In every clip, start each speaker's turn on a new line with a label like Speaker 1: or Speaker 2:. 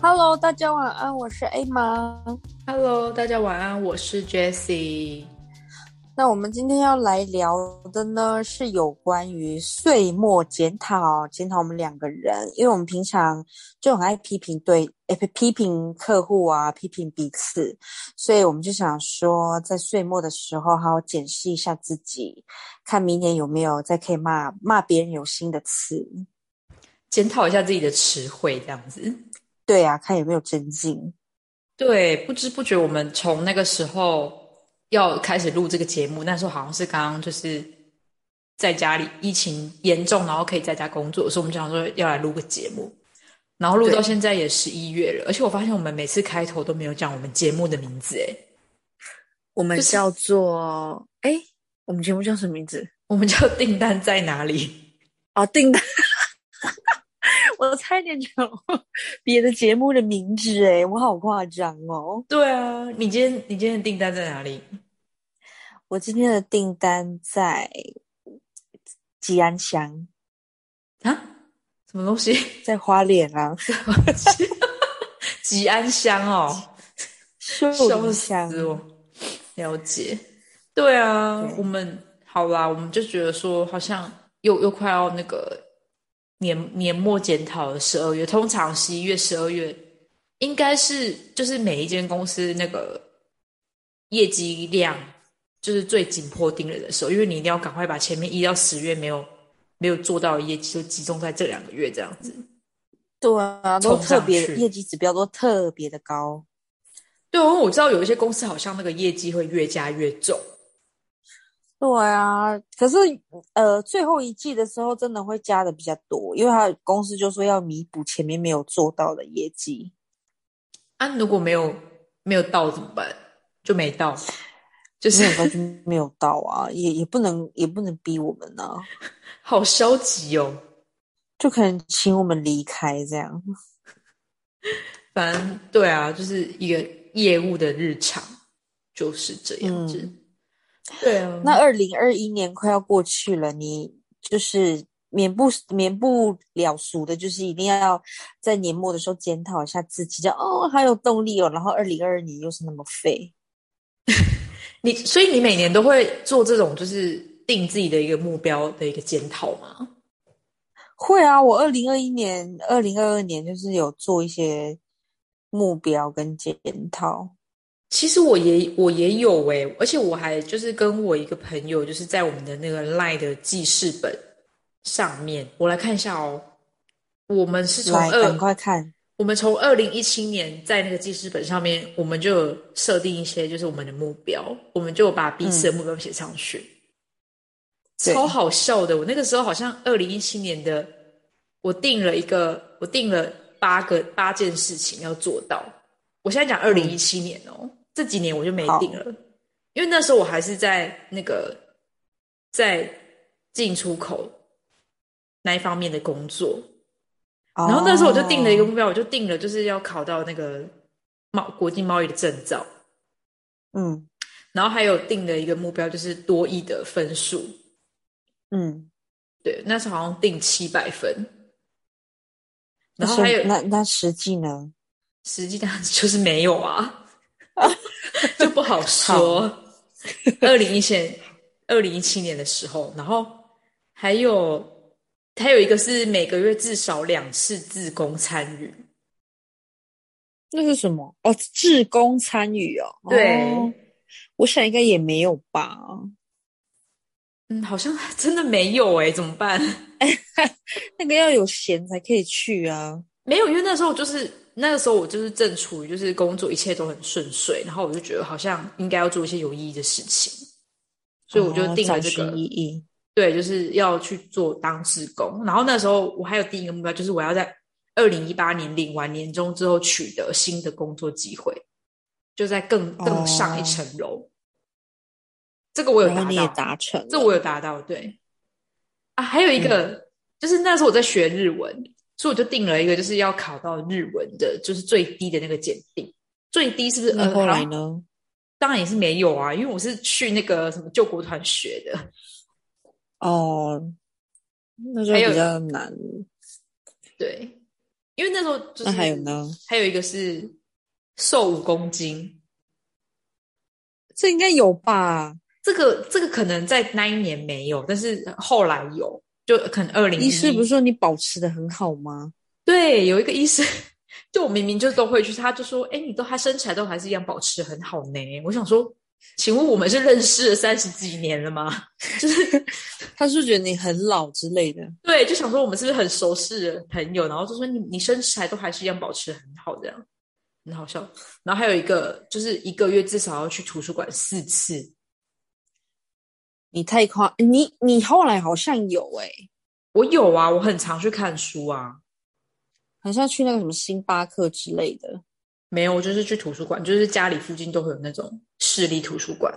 Speaker 1: Hello，大家晚安，我是 A 妈。
Speaker 2: Hello，大家晚安，我是 Jessie。
Speaker 1: 那我们今天要来聊的呢，是有关于岁末检讨，检讨我们两个人，因为我们平常就很爱批评对，诶批评客户啊，批评彼此，所以我们就想说，在岁末的时候，好好检视一下自己，看明年有没有再可以骂骂别人有新的词。
Speaker 2: 检讨一下自己的词汇，这样子。
Speaker 1: 对啊，看有没有增进。
Speaker 2: 对，不知不觉我们从那个时候要开始录这个节目，那时候好像是刚刚就是在家里疫情严重，然后可以在家工作，所以我们就想说要来录个节目，然后录到
Speaker 1: 对
Speaker 2: 现在也十一月了，而且我发现我们每次开头都没有讲我们节目的名字，哎，
Speaker 1: 我们
Speaker 2: 就是
Speaker 1: 叫做哎、诶我们节目叫什么名字？
Speaker 2: 我们叫订单在哪里？
Speaker 1: 哦，订单。 我差一点讲别的节目的名字诶，我好夸张哦！
Speaker 2: 对啊，你今天你今天的订单在哪里？
Speaker 1: 我今天的订单在吉安乡，
Speaker 2: 啊？什么东西？
Speaker 1: 在花莲啊，
Speaker 2: 吉安乡哦。
Speaker 1: 秀
Speaker 2: 笑
Speaker 1: 林
Speaker 2: 死
Speaker 1: 乡。
Speaker 2: 我！了解，对啊，
Speaker 1: 对
Speaker 2: 我们好啦，我们就觉得说，好像又又快要那个年年末检讨了。十二月，通常十一月、十二月应该是就是每一间公司那个业绩量就是最紧迫盯人的时候，因为你一定要赶快把前面一到十月没有没有做到的业绩都集中在这两个月这样子。
Speaker 1: 对啊，都
Speaker 2: 冲
Speaker 1: 特
Speaker 2: 上
Speaker 1: 别
Speaker 2: 去
Speaker 1: 业绩指标都特别的高。
Speaker 2: 对啊，因为我知道有一些公司好像那个业绩会越加越重。
Speaker 1: 对啊，可是呃，最后一季的时候真的会加的比较多，因为他公司就说要弥补前面没有做到的业绩。
Speaker 2: 啊，如果没有没有到怎么办？就没到，
Speaker 1: 没
Speaker 2: 就是
Speaker 1: 有到就没有到啊，也也不能也不能逼我们啊，
Speaker 2: 好消极哦。
Speaker 1: 就可能请我们离开这样。
Speaker 2: 反正对啊，就是一个业务的日常就是这样子。
Speaker 1: 嗯
Speaker 2: 对啊，
Speaker 1: 那二零二一年快要过去了，你就是免不免不了俗的，就是一定要在年末的时候检讨一下自己，这样哦还有动力哦。然后二零二二年又是那么废，
Speaker 2: 你所以你每年都会做这种就是定自己的一个目标的一个检讨吗？
Speaker 1: 会啊，我二零二一年、二零二二年就是有做一些目标跟检讨。
Speaker 2: 其实我也我也有诶、而且我还就是跟我一个朋友，就是在我们的那个 LINE 的记事本上面，我来看一下哦。我们是从
Speaker 1: 来，
Speaker 2: 二
Speaker 1: 赶快看，
Speaker 2: 我们从二零一七年在那个记事本上面，我们就有设定一些就是我们的目标，我们就把彼此的目标写上去，
Speaker 1: 嗯对
Speaker 2: 超好笑的。我那个时候好像二零一七年的，我定了一个，我定了八个八件事情要做到。我现在讲二零一七年哦，这几年我就没
Speaker 1: 好
Speaker 2: 定了，因为那时候我还是在那个在进出口那一方面的工作，然后那时候我就定了一个
Speaker 1: 哦
Speaker 2: 目标，我就定了就是要考到那个贸国际贸易的证照，
Speaker 1: 嗯
Speaker 2: 然后还有定了一个目标就是多亿的分数，
Speaker 1: 嗯，
Speaker 2: 对，那时候好像定七百分，
Speaker 1: 那
Speaker 2: 然后
Speaker 1: 是
Speaker 2: 还有
Speaker 1: 那那实际呢？
Speaker 2: 实际上就是没有 啊，就不好说。二零一七二零一七年的时候，然后还有还有一个是每个月至少两次自工参与，
Speaker 1: 那是什么？哦，志工参与哦。
Speaker 2: 对
Speaker 1: 哦我想应该也没有吧。
Speaker 2: 嗯，好像真的没有欸诶、怎么办？
Speaker 1: 那个要有闲才可以去啊。
Speaker 2: 没有，因为那时候就是那个时候我就是正处于就是工作一切都很顺遂，然后我就觉得好像应该要做一些有意义的事情，所以我就
Speaker 1: 哦
Speaker 2: 定了
Speaker 1: 找
Speaker 2: 这
Speaker 1: 寻
Speaker 2: 个，
Speaker 1: 意义。
Speaker 2: 对，就是要去做当志工。然后那时候我还有第一个目标，就是我要在二零一八年领完年终之后取得新的工作机会，就在更更上一层楼。这个我有
Speaker 1: 哦然
Speaker 2: 达
Speaker 1: 后
Speaker 2: 到，
Speaker 1: 你也达成了，
Speaker 2: 这我有达到，对。啊，还有一个、
Speaker 1: 嗯
Speaker 2: 就是那时候我在学日文，所以我就定了一个就是要考到日文的，就是最低的那个检定，最低是不是？
Speaker 1: 那
Speaker 2: 呃，
Speaker 1: 后
Speaker 2: 好
Speaker 1: 来
Speaker 2: 像
Speaker 1: 呢？
Speaker 2: 当然也是没有啊，因为我是去那个什么救国团学的，
Speaker 1: 哦，那就
Speaker 2: 还有
Speaker 1: 比较难。
Speaker 2: 对。因为那时候就是
Speaker 1: 那还有呢？
Speaker 2: 还有一个是瘦五公斤，
Speaker 1: 这应该有吧？
Speaker 2: 这个这个可能在那一年没有，但是后来有，就可能二零
Speaker 1: 医师不是说你保持的很好吗？
Speaker 2: 对，有一个医生， 就我明明就都会去，他就说：“哎，你都他身材都还是一样保持很好呢。”我想说，请问我们是认识了三十几年了吗？ 就是
Speaker 1: 他是不是觉得你很老之类的？
Speaker 2: 对，就想说我们是不是很熟识的朋友？然后就说你你身材都还是一样保持很好，这样很好笑。然后还有一个就是一个月至少要去图书馆四次，
Speaker 1: 你太夸你你后来好像有哎、
Speaker 2: 我有啊，我很常去看书啊。
Speaker 1: 好像去那个什么星巴克之类的。
Speaker 2: 没有，我就是去图书馆，就是家里附近都会有那种市立图书馆。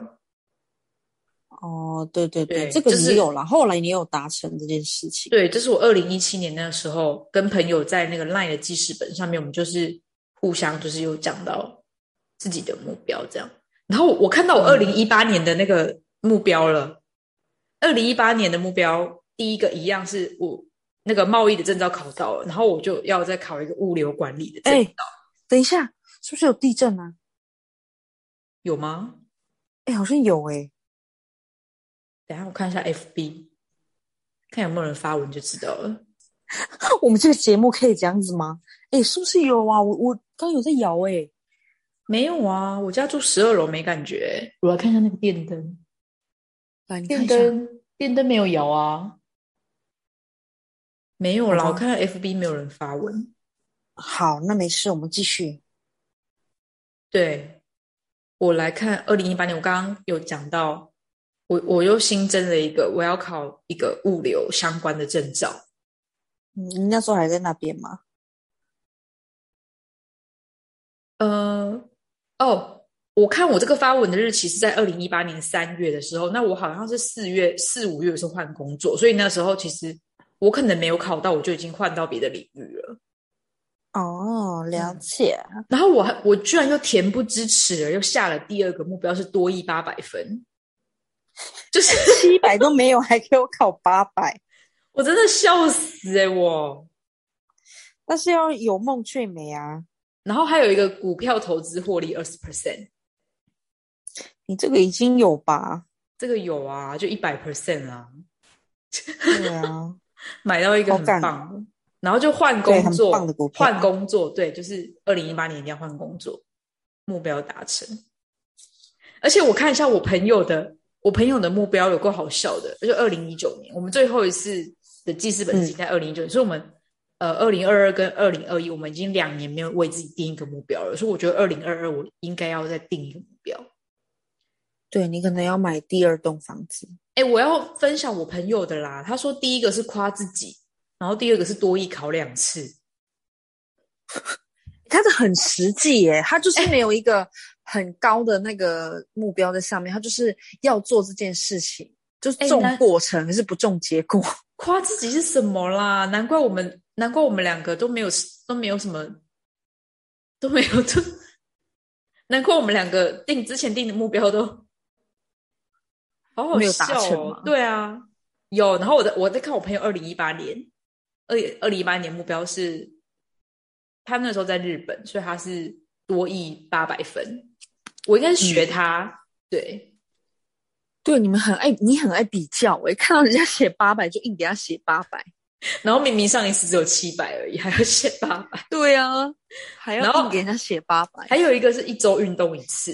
Speaker 1: 哦，对对对，
Speaker 2: 对
Speaker 1: 这个
Speaker 2: 就是
Speaker 1: 你有啦，后来你有达成这件事情。
Speaker 2: 对，这是我二零一七年那个时候跟朋友在那个 LINE 的记事本上面，我们就是互相就是有讲到自己的目标这样。然后我看到我二零一八年的那个目标了，二零一八年的目标第一个一样是我那个贸易的证照考到了，然后我就要再考一个物流管理的证
Speaker 1: 哎
Speaker 2: 照，
Speaker 1: 等一下，是不是有地震啊？
Speaker 2: 有吗？
Speaker 1: 哎，好像有哎、
Speaker 2: 等一下我看一下 FB，看有没有人发文就知道了。
Speaker 1: 我们这个节目可以这样子吗？哎，是不是有啊？我我刚有在摇哎、
Speaker 2: 没有啊，我家住十二楼，没感觉。我来看一下那个电灯，
Speaker 1: 来，你看
Speaker 2: 电
Speaker 1: 一下。
Speaker 2: 灯电灯没有摇啊，没有啦。
Speaker 1: 好吧
Speaker 2: 我看到 FB 没有人发文，
Speaker 1: 好，那没事，我们继续。
Speaker 2: 对我来看二零一八年，我刚刚有讲到，我我又新增了一个，我要考一个物流相关的证照。
Speaker 1: 嗯你那时候还在那边吗？
Speaker 2: 呃，哦，我看我这个发文的日期是在二零一八年三月的时候，那我好像是四月四五月的时候换工作，所以那时候其实我可能没有考到，我就已经换到别的领域了。
Speaker 1: 哦，了
Speaker 2: 嗯
Speaker 1: 解。
Speaker 2: 然后我还我居然又恬不知耻了，又下了第二个目标是多一八百分，就是
Speaker 1: 七百都没有，还给我考八百，
Speaker 2: 我真的笑死哎、我。
Speaker 1: 但是要有梦最美啊！
Speaker 2: 然后还有一个股票投资获利二十 percent，
Speaker 1: 你这个已经有吧？
Speaker 2: 这个有啊，就一百 percent 啊，
Speaker 1: 对啊，
Speaker 2: 买到一个
Speaker 1: 好
Speaker 2: 很
Speaker 1: 感哦
Speaker 2: 棒的，然后就换工
Speaker 1: 对很
Speaker 2: 作，
Speaker 1: 棒的股票
Speaker 2: 换工作，对，就是二零一八年一定要换工作，目标达成。而且我看一下我朋友的，我朋友的目标有够好笑的，就二零一九年，我们最后一次的记事本
Speaker 1: 嗯
Speaker 2: 是在二零一九年，所以我们呃二零二二跟二零二一，我们已经两年没有为自己定一个目标了，所以我觉得二零二二我应该要再定一个目标。
Speaker 1: 对你可能要买第二栋房子。
Speaker 2: 哎、我要分享我朋友的啦，他说第一个是夸自己，然后第二个是多艺考两次。
Speaker 1: 他的很实际耶，他 就是没有一个很高的那个目标在上面，他就是要做这件事情，就是
Speaker 2: 哎
Speaker 1: 重
Speaker 2: 那
Speaker 1: 过程，可是不重结果。
Speaker 2: 夸自己是什么啦？难怪我们，难怪我们两个都没有，都没有什么，都没有 都，难怪我们两个定之前定的目标都好好
Speaker 1: 没有
Speaker 2: 笑
Speaker 1: 达成
Speaker 2: 哦
Speaker 1: 吗。
Speaker 2: 对啊，有。然后我在我在看我朋友二零一八年，二二零一八年目标是，他那时候在日本，所以他是多亿八百分。我应该是学他，
Speaker 1: 嗯
Speaker 2: 对，
Speaker 1: 对，你们很爱，你很爱比较诶，看到人家写八百就硬给他写八百。
Speaker 2: 然后明明上一次只有七百而已，还要写八百。
Speaker 1: 对啊，还
Speaker 2: 然
Speaker 1: 要
Speaker 2: 后
Speaker 1: 硬给人家写八百。
Speaker 2: 还有一个是一周运动一次，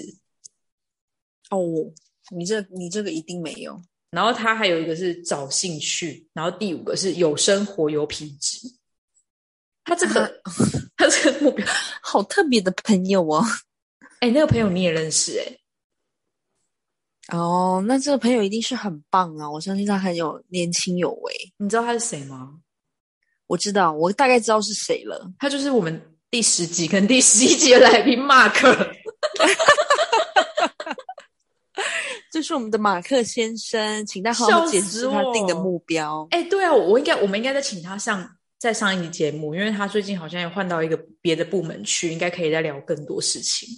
Speaker 1: 哦，你这你这个一定没有。
Speaker 2: 然后他还有一个是找兴趣，然后第五个是有生活有品质。他这个、
Speaker 1: 啊
Speaker 2: 他这个目标，
Speaker 1: 好特别的朋友哦。
Speaker 2: 哎、那个朋友你也认识 哎、
Speaker 1: 哦，那这个朋友一定是很棒啊！我相信他很有年轻有为。
Speaker 2: 你知道他是谁吗？
Speaker 1: 我知道，我大概知道是谁了。
Speaker 2: 他就是我们第十集跟第十一集的来宾 Mark。
Speaker 1: 这是我们的马克先生，请他好好
Speaker 2: 笑
Speaker 1: 解
Speaker 2: 死
Speaker 1: 释他定的
Speaker 2: 我
Speaker 1: 目标。
Speaker 2: 哎、对啊，我我应该我们应该再请他上再上一集节目，因为他最近好像也换到一个别的部门去，应该可以再聊更多事情。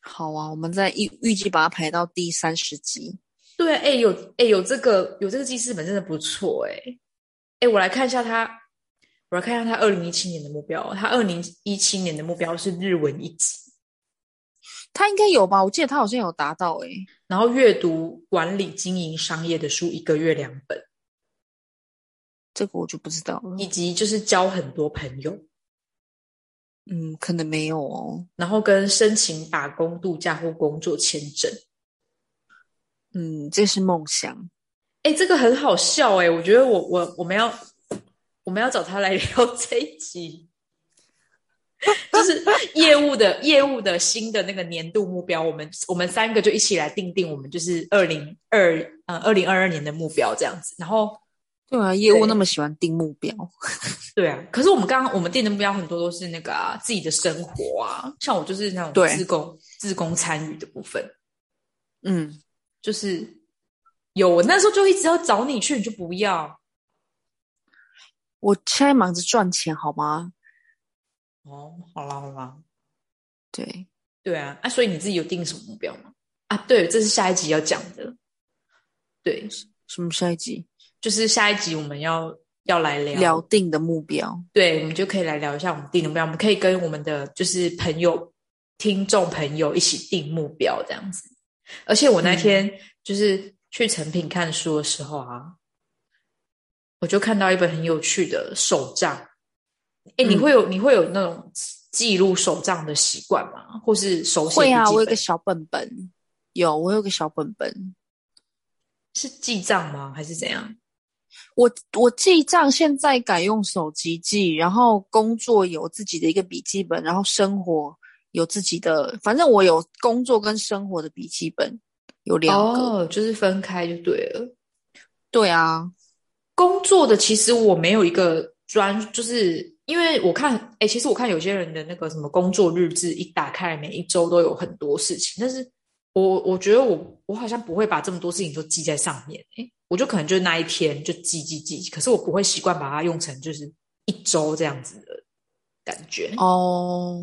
Speaker 1: 好啊，我们再预预计把它排到第三十集。
Speaker 2: 对，哎、有哎、有这个有这个记事本真的不错哎、哎、我来看一下他，我来看一下他二零一七年的目标，他二零一七年的目标是日文一级，
Speaker 1: 他应该有吧？我记得他好像有达到欸诶、
Speaker 2: 然后阅读管理经营商业的书一个月两本，
Speaker 1: 这个我就不知道了。
Speaker 2: 以及就是交很多朋友，
Speaker 1: 嗯，可能没有哦。
Speaker 2: 然后跟申请打工度假或工作签证。
Speaker 1: 嗯，这是梦想。
Speaker 2: 哎，这个很好笑哎、我觉得我我我们要我们要找他来聊这一集，就是业务的业务的新的那个年度目标，我们我们三个就一起来定定，我们就是二零二呃二零二二年的目标这样子。然后
Speaker 1: 对啊，业务
Speaker 2: 对
Speaker 1: 那么喜欢定目标，
Speaker 2: 对啊，可是我们刚刚我们定的目标很多都是那个啊自己的生活啊，像我就是那种
Speaker 1: 对
Speaker 2: 自工自工参与的部分，
Speaker 1: 嗯，
Speaker 2: 就是有我那时候就一直要找你去，你就不要。
Speaker 1: 我现在忙着赚钱，好吗？
Speaker 2: 哦，好啦好啦，
Speaker 1: 对，
Speaker 2: 对啊，啊，所以你自己有定什么目标吗？啊，对，这是下一集要讲的。对，
Speaker 1: 什么下一集
Speaker 2: 就是下一集我们要要来聊，
Speaker 1: 聊定的目标？
Speaker 2: 对，我们就可以来聊一下我们定的目标。我们可以跟我们的就是朋友、听众朋友一起定目标这样子。而且我那
Speaker 1: 嗯
Speaker 2: 天就是去成品看书的时候啊，我就看到一本很有趣的手账。哎，你
Speaker 1: 嗯
Speaker 2: 会有你会有那种记录手账的习惯吗？或是手写
Speaker 1: 会
Speaker 2: 笔
Speaker 1: 啊，
Speaker 2: 记
Speaker 1: 我有
Speaker 2: 本
Speaker 1: 个小本本，有我有个小本本，
Speaker 2: 是记账吗？还是怎样？
Speaker 1: 我我记账现在改用手机记，然后工作有自己的一个笔记本，然后生活有自己的，反正我有工作跟生活的笔记本有两个。
Speaker 2: 哦，就是分开就对了。
Speaker 1: 对啊，
Speaker 2: 工作的其实我没有一个专，就是因为我看，哎、其实我看有些人的那个什么工作日志一打开，每一周都有很多事情，但是我我觉得我我好像不会把这么多事情都记在上面，哎、我就可能就那一天就记记记，可是我不会习惯把它用成就是一周这样子的感觉。
Speaker 1: 哦，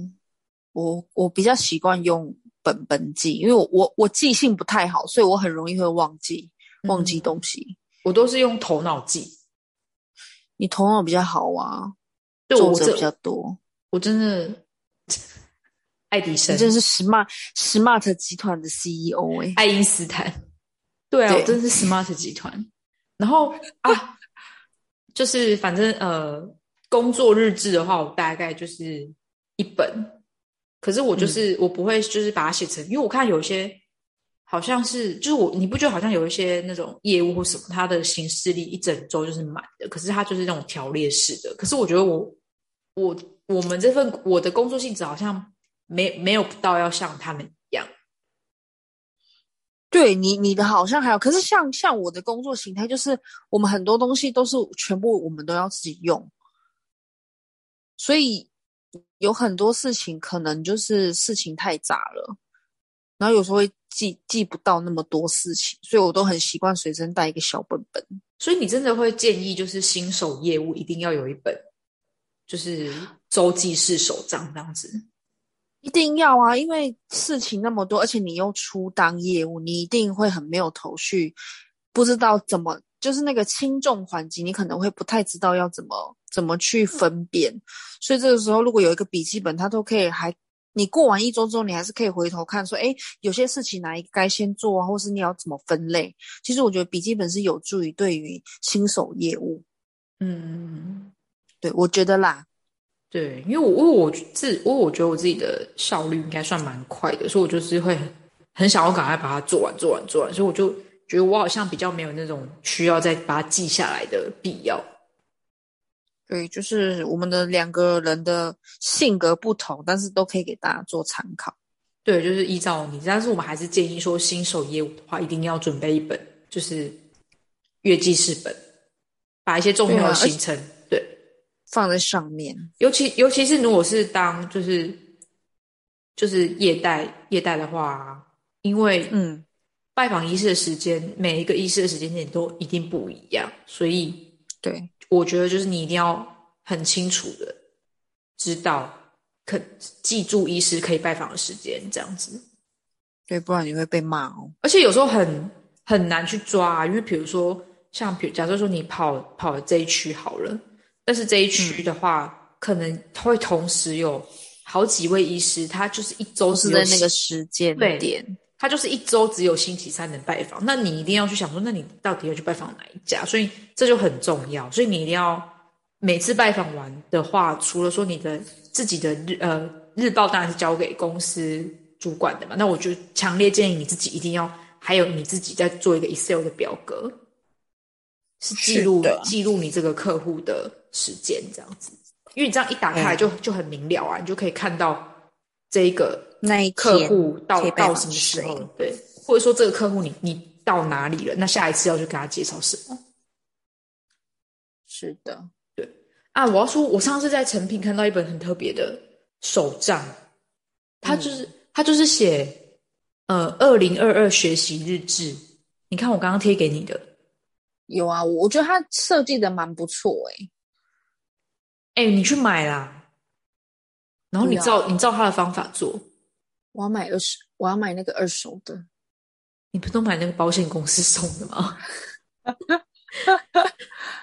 Speaker 1: 我我比较习惯用本本记，因为我我我记性不太好，所以我很容易会忘记忘记
Speaker 2: 嗯
Speaker 1: 东西。
Speaker 2: 我都是用头脑记，
Speaker 1: 你头脑比较好啊，
Speaker 2: 对
Speaker 1: 皱
Speaker 2: 我
Speaker 1: 褶
Speaker 2: 这
Speaker 1: 比较多，
Speaker 2: 我真的 爱迪
Speaker 1: 你
Speaker 2: 生，
Speaker 1: 真是 smart smart 集团的 CEO 哎、
Speaker 2: 爱因斯坦。 对啊，
Speaker 1: 对
Speaker 2: 我真是 Smart 集团。然后啊， 就是反正呃，工作日志的话，我大概就是一本，可是我就是、我不会就是把它写成，因为我看有些好像是就是我你不觉得好像有一些那种业务或什么，它的行事历一整周就是满的，可是它就是那种条列式的。可是我觉得我我我们这份我的工作性质好像没没有到要像他们一样。
Speaker 1: 对你，你的好像还有，可是像像我的工作形态，就是我们很多东西都是全部我们都要自己用，所以有很多事情可能就是事情太杂了，然后有时候会记记不到那么多事情，所以我都很习惯随身带一个小本本。
Speaker 2: 所以你真的会建议，就是新手业务一定要有一本，就是周记式手账这样子。
Speaker 1: 一定要啊，因为事情那么多，而且你又出当业务，你一定会很没有头绪，不知道怎么，就是那个轻重缓急，你可能会不太知道要怎么怎么去分辨。所以这个时候，如果有一个笔记本，它都可以还你过完一周之后，你还是可以回头看说，哎，有些事情哪一个该先做啊，或是你要怎么分类。其实我觉得笔记本是有助于对于新手业务，
Speaker 2: 嗯，
Speaker 1: 对我觉得啦，
Speaker 2: 对，因为我因为我自因为我觉得我自己的效率应该算蛮快的，所以我就是会很很想要赶快把它做完做完做完，所以我就觉得我好像比较没有那种需要再把它记下来的必要。
Speaker 1: 对，就是我们的两个人的性格不同，但是都可以给大家做参考。
Speaker 2: 对，就是依照你，但是我们还是建议说，新手业务的话，一定要准备一本就是月记事本，把一些重
Speaker 1: 对
Speaker 2: 要
Speaker 1: 啊
Speaker 2: 的
Speaker 1: 而且
Speaker 2: 行程对。
Speaker 1: 放在上面。
Speaker 2: 尤其尤其是如果是当就是就是业代业代的话，因为
Speaker 1: 嗯，
Speaker 2: 拜访医师的时间，每一个医师的时间点都一定不一样，所以
Speaker 1: 对，
Speaker 2: 我觉得就是你一定要很清楚的知道，可记住医师可以拜访的时间这样子。
Speaker 1: 对，不然你会被骂哦。
Speaker 2: 而且有时候很很难去抓、因为比如说像比如假设说你跑跑这一区好了，但是这一区
Speaker 1: 嗯
Speaker 2: 的话，可能会同时有好几位医师，他就是一周
Speaker 1: 都是
Speaker 2: 只
Speaker 1: 在
Speaker 2: 有
Speaker 1: 那个
Speaker 2: 星，
Speaker 1: 时间
Speaker 2: 对
Speaker 1: 点，
Speaker 2: 他就是一周只有星期三能拜访。那你一定要去想说，那你到底要去拜访哪一家？所以这就很重要。所以你一定要每次拜访完的话，除了说你的自己的日呃日报当然是交给公司主管的嘛，那我就强烈建议你自己一定要，还有你自己再做一个 Excel 的表格，是记录
Speaker 3: 是的
Speaker 2: 记录你这个客户的时间这样子，因为你这样一打开来
Speaker 3: 嗯
Speaker 2: 就、就很明了啊，你就可以看到这一个
Speaker 3: 那一
Speaker 2: 客
Speaker 3: 天
Speaker 2: 户到
Speaker 3: 可以拜
Speaker 2: 到
Speaker 3: 访
Speaker 2: 什么时候
Speaker 3: 谁
Speaker 2: 了，对，或者说这个客户你你到哪里了，那下一次要去给他介绍什么。
Speaker 1: 是的，
Speaker 2: 啊，我要说，我上次在成品看到一本很特别的手账，它就是、它就是写呃二零二二学习日志。你看我刚刚贴给你的，
Speaker 1: 有啊，我我觉得它设计的蛮不错诶、
Speaker 2: 哎、你去买啦，然后你
Speaker 1: 不要
Speaker 2: 照你照他的方法做，
Speaker 1: 我要买二手，我要买那个二手的，
Speaker 2: 你不都买那个保险公司送的吗？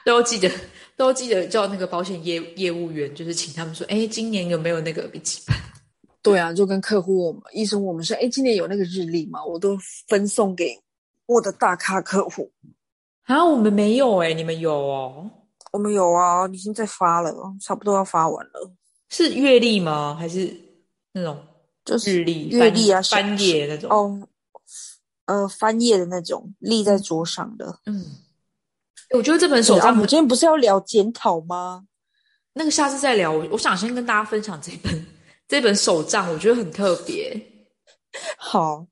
Speaker 2: 都要记得，都要记得叫那个保险业业务员，就是请他们说，哎、今年有没有那个笔记本？
Speaker 1: 对啊，就跟客户我们医生我们说，哎，今年有那个日历嘛，我都分送给我的大咖客户。
Speaker 2: 啊，我们没有哎、你们有哦？
Speaker 3: 我们有啊，已经在发了，差不多要发完了。
Speaker 2: 是月历吗？还是那种
Speaker 3: 就是
Speaker 2: 日历、
Speaker 3: 月历啊是
Speaker 2: 翻页那种？，
Speaker 3: 哦，呃，翻页的那种立在桌上的。
Speaker 2: 嗯，我觉得这本手
Speaker 3: 对啊，我
Speaker 2: 账
Speaker 3: 们今天不是要聊检讨 吗？
Speaker 2: 那个下次再聊。我我想先跟大家分享这本这本手账，我觉得很特别。
Speaker 3: 好，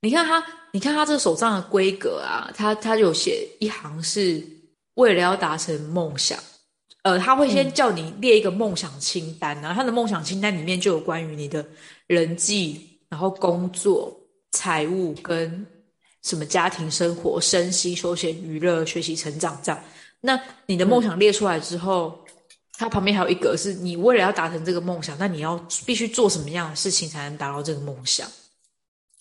Speaker 2: 你看它，你看它这个手账的规格啊，它它有写一行是为了要达成梦想，呃，他会先叫你列一个梦想清单，然后他的梦想清单里面就有关于你的人际，然后工作、财务跟什么家庭生活、身心、休闲、娱乐、学习、成长这样。那你的梦想列出来之后，它旁边还有一格是你为了要达成这个梦想，那你要必须做什么样的事情才能达到这个梦想？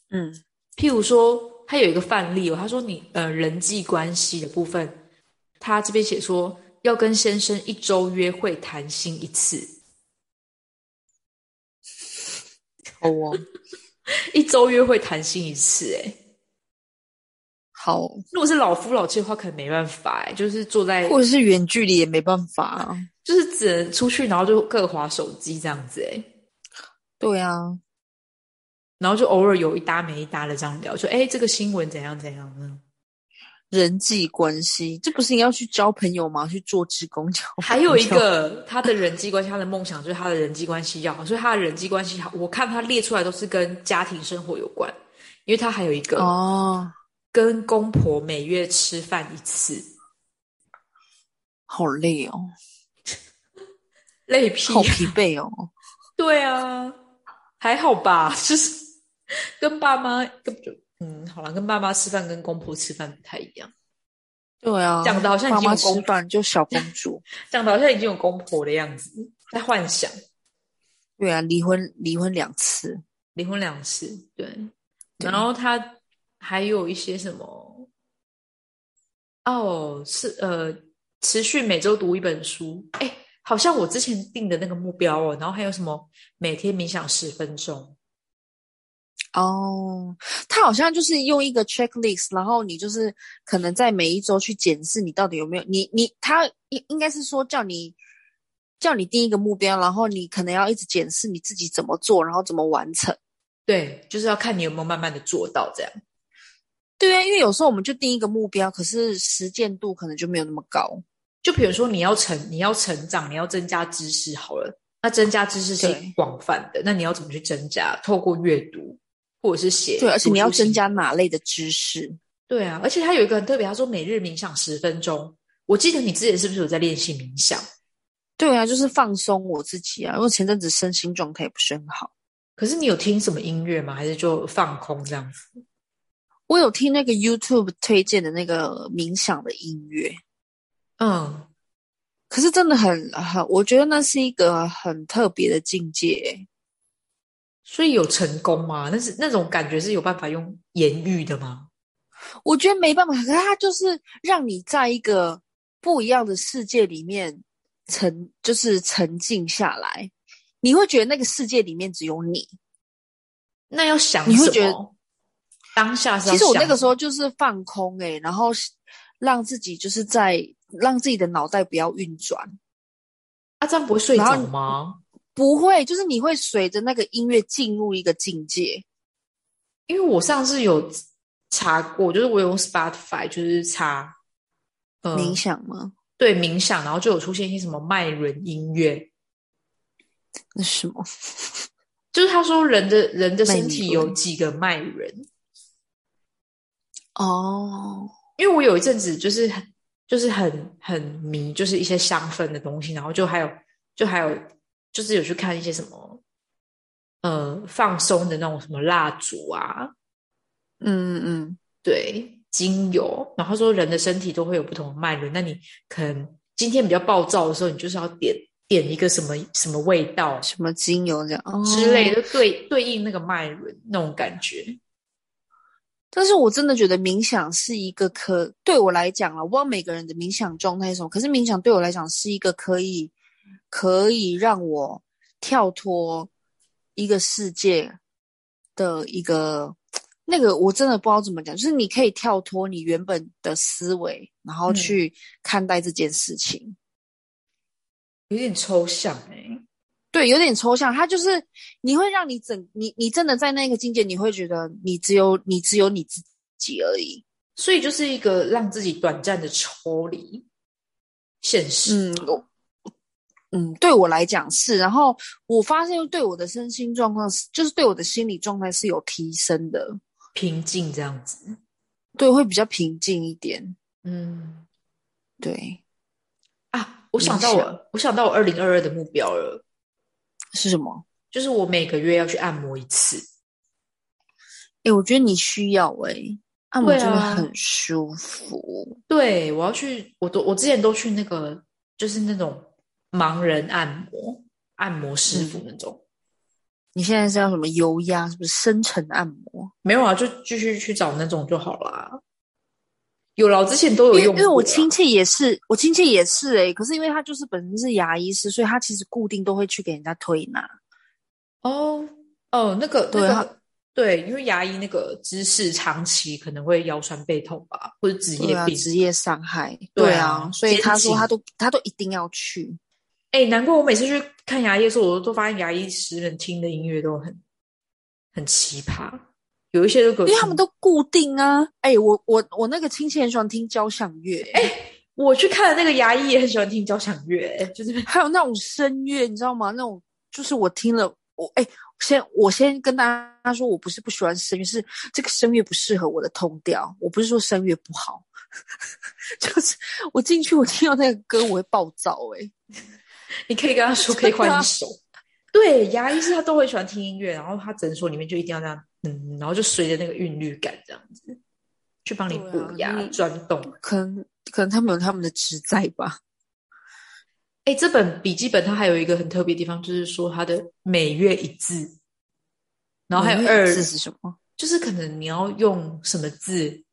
Speaker 3: 嗯，
Speaker 2: 譬如说，他有一个范例哦，他说你呃人际关系的部分，他这边写说要跟先生一周约会谈心一次，
Speaker 1: 好哦，
Speaker 2: 一周约会谈心一次，哎，
Speaker 1: 好，
Speaker 2: 如果是老夫老妻的话，可能没办法，哎，就是坐在
Speaker 3: 或者是远距离也没办法啊。
Speaker 2: 就是只能出去，然后就各划手机这样子，哎。
Speaker 1: 对啊，
Speaker 2: 然后就偶尔有一搭没一搭的这样聊，说哎，这个新闻怎样怎样呢？
Speaker 1: 人际关系，这不是你要去交朋友吗？去做职工交朋友
Speaker 2: 还有一个哦他的人际关系，他的梦想就是他的人际关系要好，所以他的人际关系好，我看他列出来都是跟家庭生活有关，因为他还有一个
Speaker 1: 哦，
Speaker 2: 跟公婆每月吃饭一次，
Speaker 1: 好累哦，
Speaker 2: 累屁
Speaker 1: 好，疲惫哦。
Speaker 2: 对啊，还好吧，就是跟爸妈跟就嗯，好了，跟爸妈吃饭跟公婆吃饭不太一样，
Speaker 1: 对啊，
Speaker 2: 讲得好像已
Speaker 1: 妈
Speaker 2: 经
Speaker 1: 妈
Speaker 2: 有公
Speaker 1: 吃饭就小公 主。
Speaker 2: 讲的好像已经有公婆的样子，在幻想
Speaker 1: 对啊，离婚离婚两次，
Speaker 2: 离婚两次，对，
Speaker 1: 对
Speaker 2: 然后他还有一些什么。哦，是呃，持续每周读一本书。哎，好像我之前定的那个目标哦，然后还有什么每天冥想十分钟。
Speaker 1: 哦，他好像就是用一个 checklist，然后你就是可能在每一周去检视你到底有没有你你他应应该是说叫你叫你定一个目标，然后你可能要一直检视你自己怎么做，然后怎么完成。
Speaker 2: 对，就是要看你有没有慢慢的做到这样。
Speaker 1: 对啊，因为有时候我们就定一个目标，可是实践度可能就没有那么高。
Speaker 2: 就比如说你要成，你要成长，你要增加知识好了。那增加知识是
Speaker 1: 对
Speaker 2: 广泛的，那你要怎么去增加？透过阅读或者是写。
Speaker 1: 对，而且
Speaker 2: 读
Speaker 1: 你要
Speaker 2: 书心
Speaker 1: 增加哪类的知识？
Speaker 2: 对啊，而且他有一个很特别，他说每日冥想十分钟。我记得你之前是不是有在练习冥想？
Speaker 1: 对啊，就是放松我自己啊，因为前阵子身心状态也不是很好。
Speaker 2: 可是你有听什么音乐吗？还是就放空这样子？
Speaker 1: 我有听那个 YouTube 推荐的那个冥想的音乐，
Speaker 2: 嗯，
Speaker 1: 可是真的很很，我觉得那是一个很特别的境界。欸
Speaker 2: 所以有成功吗？但是那种感觉是有办法用言语的吗？
Speaker 1: 我觉得没办法，可是它就是让你在一个不一样的世界里面沉，就是沉静下来，你会觉得那个世界里面只有你。
Speaker 2: 那要想
Speaker 1: 你会
Speaker 2: 什
Speaker 1: 觉得
Speaker 2: 么当下是要
Speaker 1: 其实我那个时
Speaker 2: 候
Speaker 1: 候就是放空诶、然后让自己就是在让自己的脑袋不要运转，
Speaker 2: 啊，这样不会睡
Speaker 1: 然后
Speaker 2: 着吗？
Speaker 1: 不会，就是你会随着那个音乐进入一个境界。
Speaker 2: 因为我上次有查过，就是我有用 Spotify 就是查呃
Speaker 1: 冥想吗？
Speaker 2: 对冥想，然后就有出现一些什么脉轮音乐，
Speaker 1: 那是什么？
Speaker 2: 就是他说人的人的身体
Speaker 1: 脉
Speaker 2: 有
Speaker 1: 轮
Speaker 2: 几个脉轮，
Speaker 1: 哦，
Speaker 2: 因为我有一阵子就是很就是很很迷，就是一些香氛的东西，然后就还有就还有就是有去看一些什么呃放松的那种什么蜡烛啊，
Speaker 1: 嗯嗯
Speaker 2: 对，精油。然后说人的身体都会有不同的脉轮，那你可能今天比较暴躁的时候，你就是要点点一个什么什么味道
Speaker 1: 嗯，什么精油这样、哦、
Speaker 2: 之类。的，对对应那个脉轮那种感觉。
Speaker 1: 但是我真的觉得冥想是一个可对我来讲啊，我不知道每个人的冥想状态是什么，可是冥想对我来讲是一个可以可以让我跳脱一个世界的一个那个，我真的不知道怎么讲，就是你可以跳脱你原本的思维，然后
Speaker 2: 嗯
Speaker 1: 去看待这件事情。
Speaker 2: 有点抽象哎、
Speaker 1: 对，有点抽象，它就是你会让你整你你真的在那个境界，你会觉得你只有你只有你自己而已。
Speaker 2: 所以就是一个让自己短暂的抽离现实。
Speaker 1: 嗯，我嗯，对我来讲是，然后我发现对我的身心状况是，就是对我的心理状态是有提升的，
Speaker 2: 平静这样子，
Speaker 1: 对，会比较平静一点。
Speaker 2: 嗯
Speaker 1: 对，
Speaker 2: 啊，我想到
Speaker 1: 冥
Speaker 2: 我，我想到我二零二二的目标了，
Speaker 1: 是什么？
Speaker 2: 就是我每个月要去按摩一次。
Speaker 1: 诶，我觉得你需要诶，按摩
Speaker 2: 对
Speaker 1: 真的
Speaker 2: 啊
Speaker 1: 很舒服。
Speaker 2: 对，我要去，我都我之前都去那个，就是那种盲人按摩按摩师
Speaker 1: 嗯
Speaker 2: 傅那种，
Speaker 1: 你现在是要什么油压，是不是深层按摩？
Speaker 2: 没有啊，就继续去找那种就好啦。有啦，我之前都有
Speaker 1: 因为
Speaker 2: 用
Speaker 1: 因为我
Speaker 2: 过啊啦
Speaker 1: 亲戚也是，我亲戚也是诶、可是因为他就是本身是牙医师，所以他其实固定都会去给人家推拿。
Speaker 2: 哦哦，那个
Speaker 1: 对
Speaker 2: 那
Speaker 1: 他
Speaker 2: 个对，因为牙医那个姿势长期可能会腰酸背痛吧，或者职
Speaker 1: 对
Speaker 2: 业
Speaker 1: 啊，
Speaker 2: 病。
Speaker 1: 职业伤害，
Speaker 2: 对
Speaker 1: 对
Speaker 2: 啊
Speaker 1: 所以
Speaker 2: 肩
Speaker 1: 他说
Speaker 2: 颈
Speaker 1: 他都他都一定要去，
Speaker 2: 哎、难怪我每次去看牙医的时候，我都发现牙医师们听的音乐都很很奇葩，有一些都给我
Speaker 1: 因为他
Speaker 2: 听
Speaker 1: 们都固定啊。哎、我我我那个亲戚很喜欢听交响乐、哎、
Speaker 2: 我去看的那个牙医也很喜欢听交响乐，哎就是
Speaker 1: 还有那种声乐，你知道吗？那种就是我听了，我哎、先我先跟大家说，我不是不喜欢声乐，是这个声乐不适合我的痛调。我不是说声乐不好， 就是我进去我听到那个歌，我会暴躁、哎，
Speaker 2: 你可以跟他说可以换
Speaker 1: 啊
Speaker 2: 一首。对，牙医是他都会喜欢听音乐，然后他诊所里面就一定要这样，嗯，然后就随着那个韵律感这样子去帮你
Speaker 1: 对啊
Speaker 2: 补牙、
Speaker 1: 嗯
Speaker 2: 转动。
Speaker 1: 可能可能他们有他们的职在吧。
Speaker 2: 哎，这本笔记本它还有一个很特别的地方，就是说它的每月一字，然后还有二，
Speaker 1: 字是什么？
Speaker 2: 就是可能你要用什么字。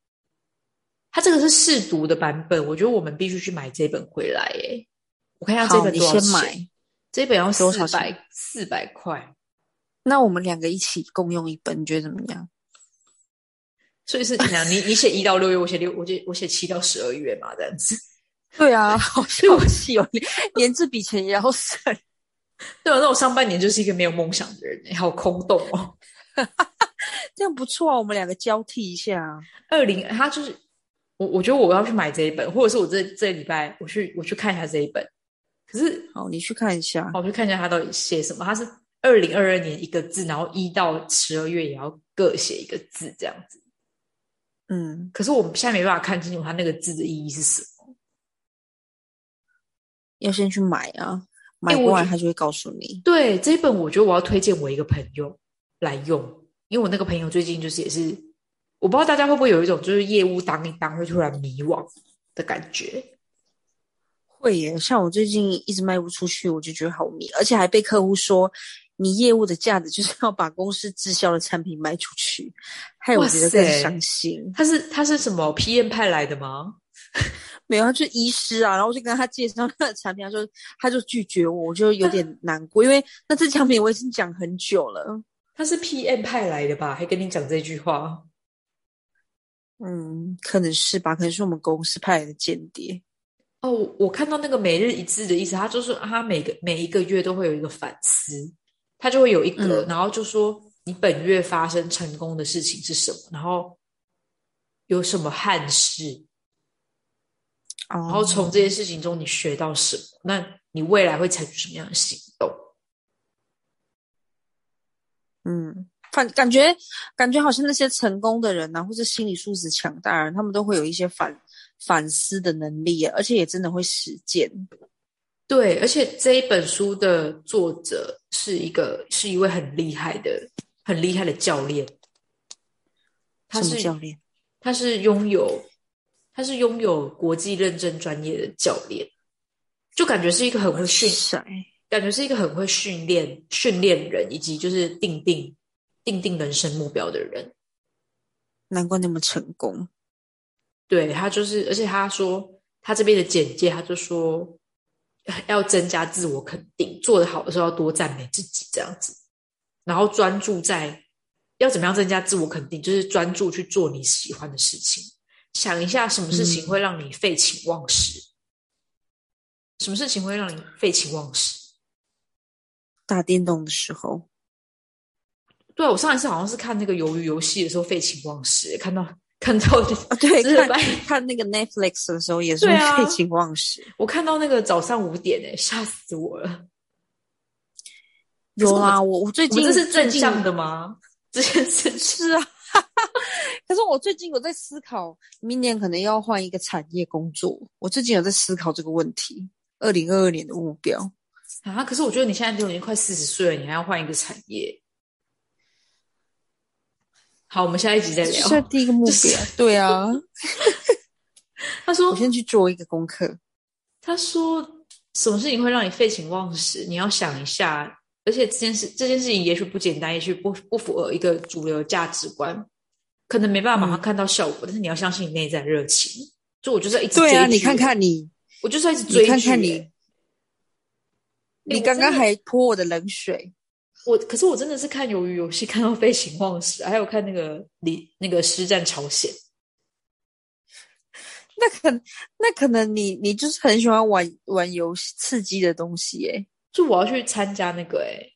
Speaker 2: 它这个是试读的版本，我觉得我们必须去买这本回来。哎，我看一下这
Speaker 1: 好，
Speaker 2: 本
Speaker 1: 你
Speaker 2: 多少
Speaker 1: 先
Speaker 2: 钱？
Speaker 1: 买。
Speaker 2: 这本要
Speaker 1: 多
Speaker 2: 四
Speaker 1: 少
Speaker 2: 百
Speaker 1: 钱
Speaker 2: 四百块，
Speaker 1: 那我们两个一起共用一本，你觉得怎么样？
Speaker 2: 所以是怎样？你你写一到六月，我写六，我写我写七到十二月嘛，这样子。
Speaker 1: 对啊， 好消息哦，年资比钱也要省。
Speaker 2: 对啊，那我上半年就是一个没有梦想的人，好空洞哦。
Speaker 1: 这样不错啊，我们两个交替一下啊。
Speaker 2: 二零，他就是我，我觉得我要去买这一本，或者是我这这礼拜我去我去看一下这一本。可是
Speaker 1: 好，你去看一下。
Speaker 2: 好我去看一下他到底写什么，他是二零二二年一个字，然后一到十二月也要各写一个字这样子。
Speaker 1: 嗯，
Speaker 2: 可是我们现在没办法看清楚他那个字的意义是什么。
Speaker 1: 要先去买啊，买
Speaker 2: 哎我
Speaker 1: 过来
Speaker 2: 觉
Speaker 1: 他就会告诉你。
Speaker 2: 对，这一本我觉得我要推荐我一个朋友来用，因为我那个朋友最近就是也是，我不知道大家会不会有一种就是业务当一当会突然迷惘的感觉。
Speaker 1: 会耶，像我最近一直卖不出去，我就觉得好迷，而且还被客户说，你业务的价值就是要把公司滞销的产品卖出去，害我
Speaker 2: 哇
Speaker 1: 觉得更
Speaker 2: 塞
Speaker 1: 伤心。
Speaker 2: 他是他是什么 PM 派来的吗？
Speaker 1: 没有，他就是医师啊，然后我就跟他介绍他的产品，他说他就拒绝我，我就有 点难过，因为那支产品我已经讲很久了。
Speaker 2: 他是 PM 派来的吧？还跟你讲这句话？
Speaker 1: 嗯，可能是吧，可能是我们公司派来的间谍。
Speaker 2: 哦，我看到那个每日一字的意思，他就是他每个每一个月都会有一个反思，他就会有一个，
Speaker 1: 嗯
Speaker 2: 然后就说你本月发生成功的事情是什么，然后有什么憾事，
Speaker 1: 哦，
Speaker 2: 然后从这些事情中你学到什么，那你未来会采取什么样的行动？
Speaker 1: 嗯，反感觉感觉好像那些成功的人呐、啊或者心理素质强大的人，他们都会有一些反反思的能力耶，而且也真的会实践。
Speaker 2: 对，而且这一本书的作者是一个是一位很厉害的、很厉害的教练，他
Speaker 1: 什么
Speaker 2: 是
Speaker 1: 教练？
Speaker 2: 他是拥有他是拥有国际认证专业的教练，就感觉是一个很会训，
Speaker 1: 塞，
Speaker 2: 感觉是一个很会训练训练人，以及就是定定定定人生目标的人。
Speaker 1: 难怪那么成功。
Speaker 2: 对他就是，而且他说他这边的简介，他就说要增加自我肯定，做得好的时候要多赞美自己这样子，然后专注在要怎么样增加自我肯定，就是专注去做你喜欢的事情，想一下什么事情
Speaker 1: 嗯
Speaker 2: 会让你废寝忘食，什么事情会让你废寝忘食。
Speaker 1: 打电动的时候，
Speaker 2: 对啊我上一次好像是看那个《鱿鱼游戏》的时候废寝忘食，看到看到
Speaker 1: 啊，对，
Speaker 2: 真的
Speaker 1: 看
Speaker 2: 白
Speaker 1: 看那个 Netflix 的时候也是
Speaker 2: 对啊
Speaker 1: 会废寝忘食。
Speaker 2: 我看到那个早上五点哎、吓死我了。
Speaker 1: 有
Speaker 2: 可是
Speaker 1: 啊，我我最
Speaker 2: 我们
Speaker 1: 近
Speaker 2: 这是正向
Speaker 1: 的，
Speaker 2: 的吗？这件事情
Speaker 1: 是啊。 可是我最近有在思考，明年可能要换一个产业工作。我最近有在思考这个问题，二零二二年的目标。
Speaker 2: 啊，可是我觉得你现在都已经快四十岁了，你还要换一个产业。好，我们啊下一集再
Speaker 1: 这
Speaker 2: 聊。
Speaker 1: 是第一个目标，
Speaker 2: 就是
Speaker 1: 对啊。
Speaker 2: 他
Speaker 1: 我
Speaker 2: 说，
Speaker 1: 先去做一个功课，
Speaker 2: 他说，什么事情会让你废寝忘食？你要想一下，而且这件事，这件事情也许不简单，也许不不符合一个主流价值观，可能没办法马上
Speaker 1: 嗯
Speaker 2: 看到效果，但是你要相信你内在热情。就我 就是要一直
Speaker 1: 对啊，
Speaker 2: 追
Speaker 1: 你
Speaker 2: 剧
Speaker 1: 看，看你，
Speaker 2: 我就是要一直
Speaker 1: 你
Speaker 2: 追剧、
Speaker 1: 看看
Speaker 2: 欸
Speaker 1: 你，你
Speaker 2: 我
Speaker 1: 刚刚
Speaker 2: 真的
Speaker 1: 还泼我的冷水，
Speaker 2: 我可是我真的是看《鱿鱼游戏》看到废寝忘食，还有看那个李那个师战朝鲜，
Speaker 1: 那可那可能你你就是很喜欢玩玩游戏刺激的东西耶、
Speaker 2: 就我要去参加那个诶、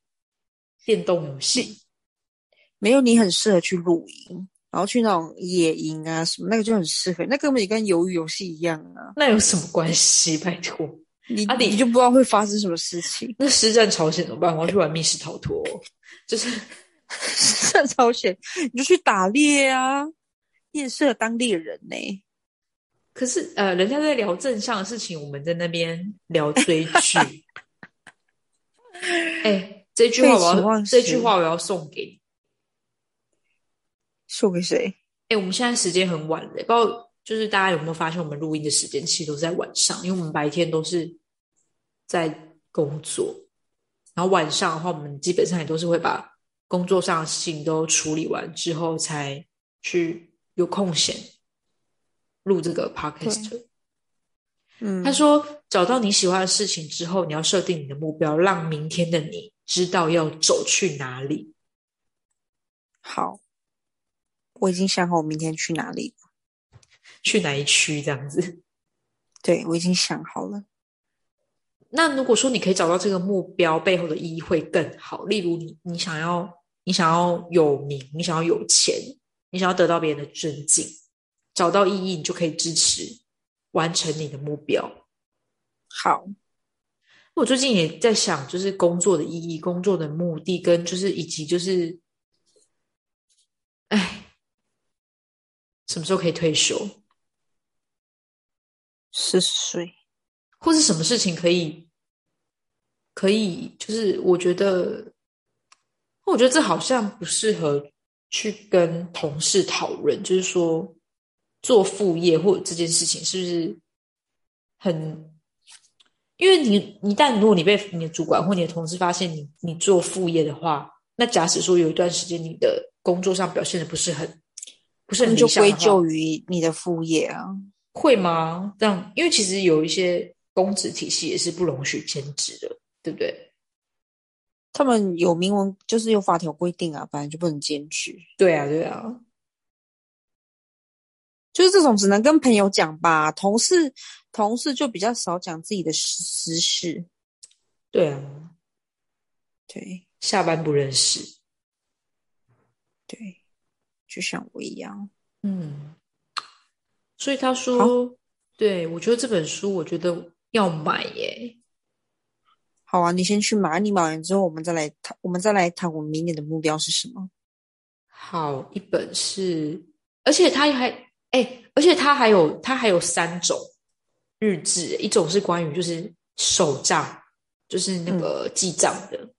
Speaker 2: 电动游戏，
Speaker 1: 没有，你很适合去露营，然后去那种野营啊什么，那个就很适合，那根本也跟鱿鱼游戏一样啊，
Speaker 2: 那有什么关系？拜托，
Speaker 1: 你、
Speaker 2: 啊你
Speaker 1: 你就不知道会发生什么事情。
Speaker 2: 那师战朝鲜怎么办？我要去玩密室逃脱哦、就是
Speaker 1: 这朝鲜，你就去打猎啊，你也适合当猎人呢、
Speaker 2: 可是呃，人家在聊正向的事情，我们在那边聊追 剧。哎、这句话
Speaker 1: 废寝
Speaker 2: 我要
Speaker 1: 忘
Speaker 2: 这
Speaker 1: 食
Speaker 2: 句话我要送给你。
Speaker 1: 送给谁？
Speaker 2: 哎、我们现在时间很晚了，不知道就是大家有没有发现，我们录音的时间其实都是在晚上，因为我们白天都是在工作，然后晚上的话，我们基本上也都是会把工作上的事情都处理完之后，才去有空闲录这个 podcast。
Speaker 1: 嗯，
Speaker 2: 他说，找到你喜欢的事情之后，你要设定你的目标，让明天的你知道要走去哪里。
Speaker 1: 好，我已经想好我明天去哪里了。
Speaker 2: 去哪一区这样子？
Speaker 1: 对，我已经想好了。
Speaker 2: 那如果说你可以找到这个目标背后的意义会更好，例如你你想要你想要有名，你想要有钱，你想要得到别人的尊敬，找到意义，你就可以支持完成你的目标。
Speaker 1: 好，
Speaker 2: 我最近也在想，就是工作的意义、工作的目的，跟就是以及就是，哎，什么时候可以退休，
Speaker 1: 四十岁，
Speaker 2: 或是什么事情可以可以，就是我觉得，我觉得这好像不适合去跟同事讨论，就是说做副业或者这件事情是不是很。因为你一旦如果你被你的主管或你的同事发现你你做副业的话，那假使说有一段时间你的工作上表现的不是很不是
Speaker 1: 那
Speaker 2: 很
Speaker 1: 就
Speaker 2: 理想的
Speaker 1: 归
Speaker 2: 话
Speaker 1: 咎于你的副业啊。
Speaker 2: 会吗？这样，因为其实有一些公职体系也是不容许兼职的，对不对？
Speaker 1: 他们有明文，就是有法条规定啊，本来就不能兼职，
Speaker 2: 对啊，对啊，
Speaker 1: 就是这种只能跟朋友讲吧，同事同事就比较少讲自己的私私事。
Speaker 2: 对啊，
Speaker 1: 对
Speaker 2: 下班不认识。
Speaker 1: 对，就像我一样，
Speaker 2: 嗯，所以他说，对我觉得这本书，我觉得要买耶。
Speaker 1: 好啊，你先去买，你买完之后，我们再来谈，我们再来谈我们明年的目标是什么。
Speaker 2: 好，一本是，而且它还，哎、而且它还有，它还有三种日志，一种是关于就是手账，就是那个记账的，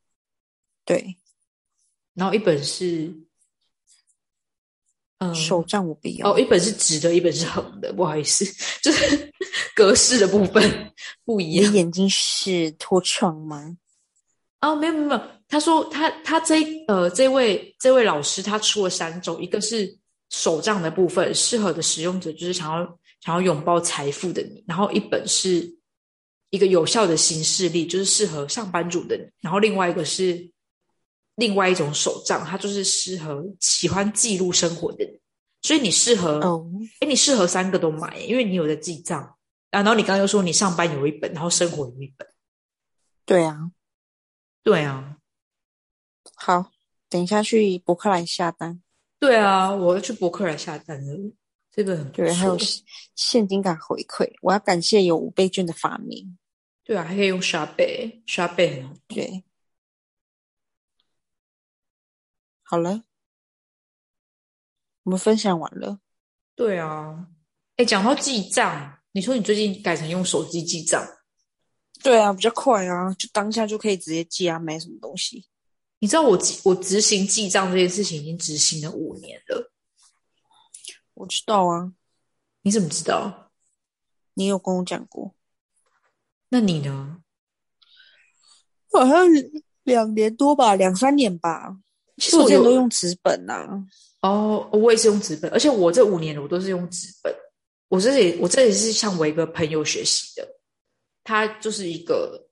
Speaker 1: 对，
Speaker 2: 然后一本是，嗯，
Speaker 1: 手账我不要。
Speaker 2: 哦，一本是直的，一本是横的，不好意思， 就是格式的部分不一
Speaker 1: 你的
Speaker 2: 样。
Speaker 1: 眼睛是脱窗吗？
Speaker 2: 啊，没有没有没有，他说他他这呃这位这位老师他出了三种，一个是手账的部分，适合的使用者就是想要想要拥抱财富的你，然后一本是一个有效的行事历，就是适合上班族的你，然后另外一个是另外一种手账，它就是适合喜欢记录生活的你，所以你适合
Speaker 1: 哦，
Speaker 2: 哎，你适合三个都买，因为你有在记账啊，然后你刚刚又说你上班有一本，然后生活有一本，
Speaker 1: 对啊，
Speaker 2: 对啊。
Speaker 1: 好，等一下去博客来下单。
Speaker 2: 对啊，我要去博客来下单了，这个很不
Speaker 1: 对，还有
Speaker 2: 错
Speaker 1: 现现金卡回馈，我要感谢有五倍券的发明。
Speaker 2: 对啊，还可以用刷背，刷背很好。
Speaker 1: 对，好了，我们分享完了。
Speaker 2: 对啊，哎，讲到记账，你说你最近改成用手机记账，
Speaker 1: 对啊，比较快啊，就当下就可以直接寄啊，买什么东西。
Speaker 2: 你知道我记我执行记账这件事情已经执行了五年了，
Speaker 1: 我知道啊，
Speaker 2: 你怎么知道？
Speaker 1: 你有跟我讲过，
Speaker 2: 那你呢？
Speaker 1: 好像两年多吧，两三年吧。
Speaker 2: 其
Speaker 1: 其实
Speaker 2: 实
Speaker 1: 我
Speaker 2: 我
Speaker 1: 之前
Speaker 2: 有
Speaker 1: 都用纸本啊。
Speaker 2: 哦，我也是用纸本，而且我这五年我都是用纸本。我这里我这里是向我一个朋友学习的，他就是一个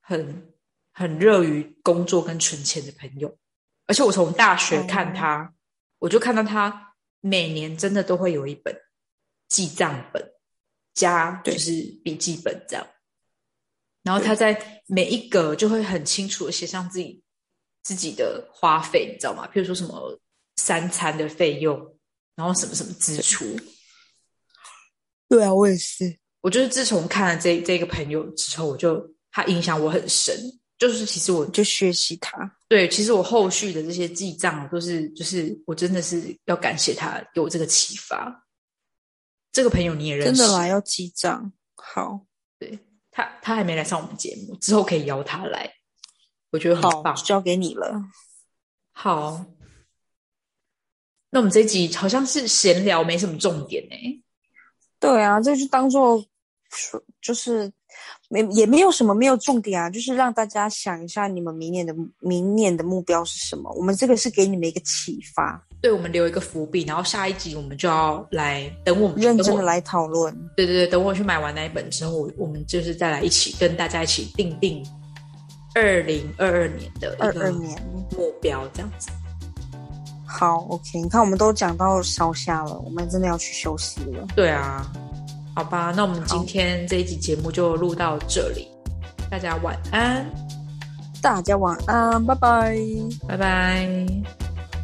Speaker 2: 很很热于工作跟存钱的朋友，而且我从大学看他，我就看到他每年真的都会有一本记账本加就
Speaker 1: 对
Speaker 2: 是笔记本这样，然后他在每一格就会很清楚的写上自己自己的花费，你知道吗？譬如说什么三餐的费用，然后什么什么支出。
Speaker 1: 对啊，我也是。
Speaker 2: 我就是自从看了这这个朋友之后，我就他影响我很深。就是其实我
Speaker 1: 我就学习它。
Speaker 2: 对，其实我后续的这些记账都是，就是我真的是要感谢他给我这个启发。这个朋友你也认
Speaker 1: 真
Speaker 2: 识，
Speaker 1: 的啦，要记账。好，
Speaker 2: 对他他还没来上我们节目，之后可以邀他来，我觉得很
Speaker 1: 好
Speaker 2: 棒。，
Speaker 1: 交给你了。
Speaker 2: 好，那我们这一集好像是闲聊，没什么重点欸呢、
Speaker 1: 对啊，这就当做说就是没也没有什么没有重点啊，就是让大家想一下你们明年的明年的目标是什么。我们这个是给你们一个启发，
Speaker 2: 对我们留一个伏笔，然后下一集我们就要来等我们
Speaker 1: 认真
Speaker 2: 等
Speaker 1: 的
Speaker 2: 我
Speaker 1: 来讨论。
Speaker 2: 对对对，等我去买完那一本之后，我我们就是再来一起跟大家一起定定二零二二年的
Speaker 1: 二
Speaker 2: 一
Speaker 1: 二
Speaker 2: 个
Speaker 1: 年，
Speaker 2: 目标，这样子。
Speaker 1: 好，OK，你看我们都讲到烧虾了，我们真的要去休息了。
Speaker 2: 对啊，好吧，那我们今天这一集节目就录到这里，大家晚安，
Speaker 1: 大家晚安，拜拜。
Speaker 2: 拜拜。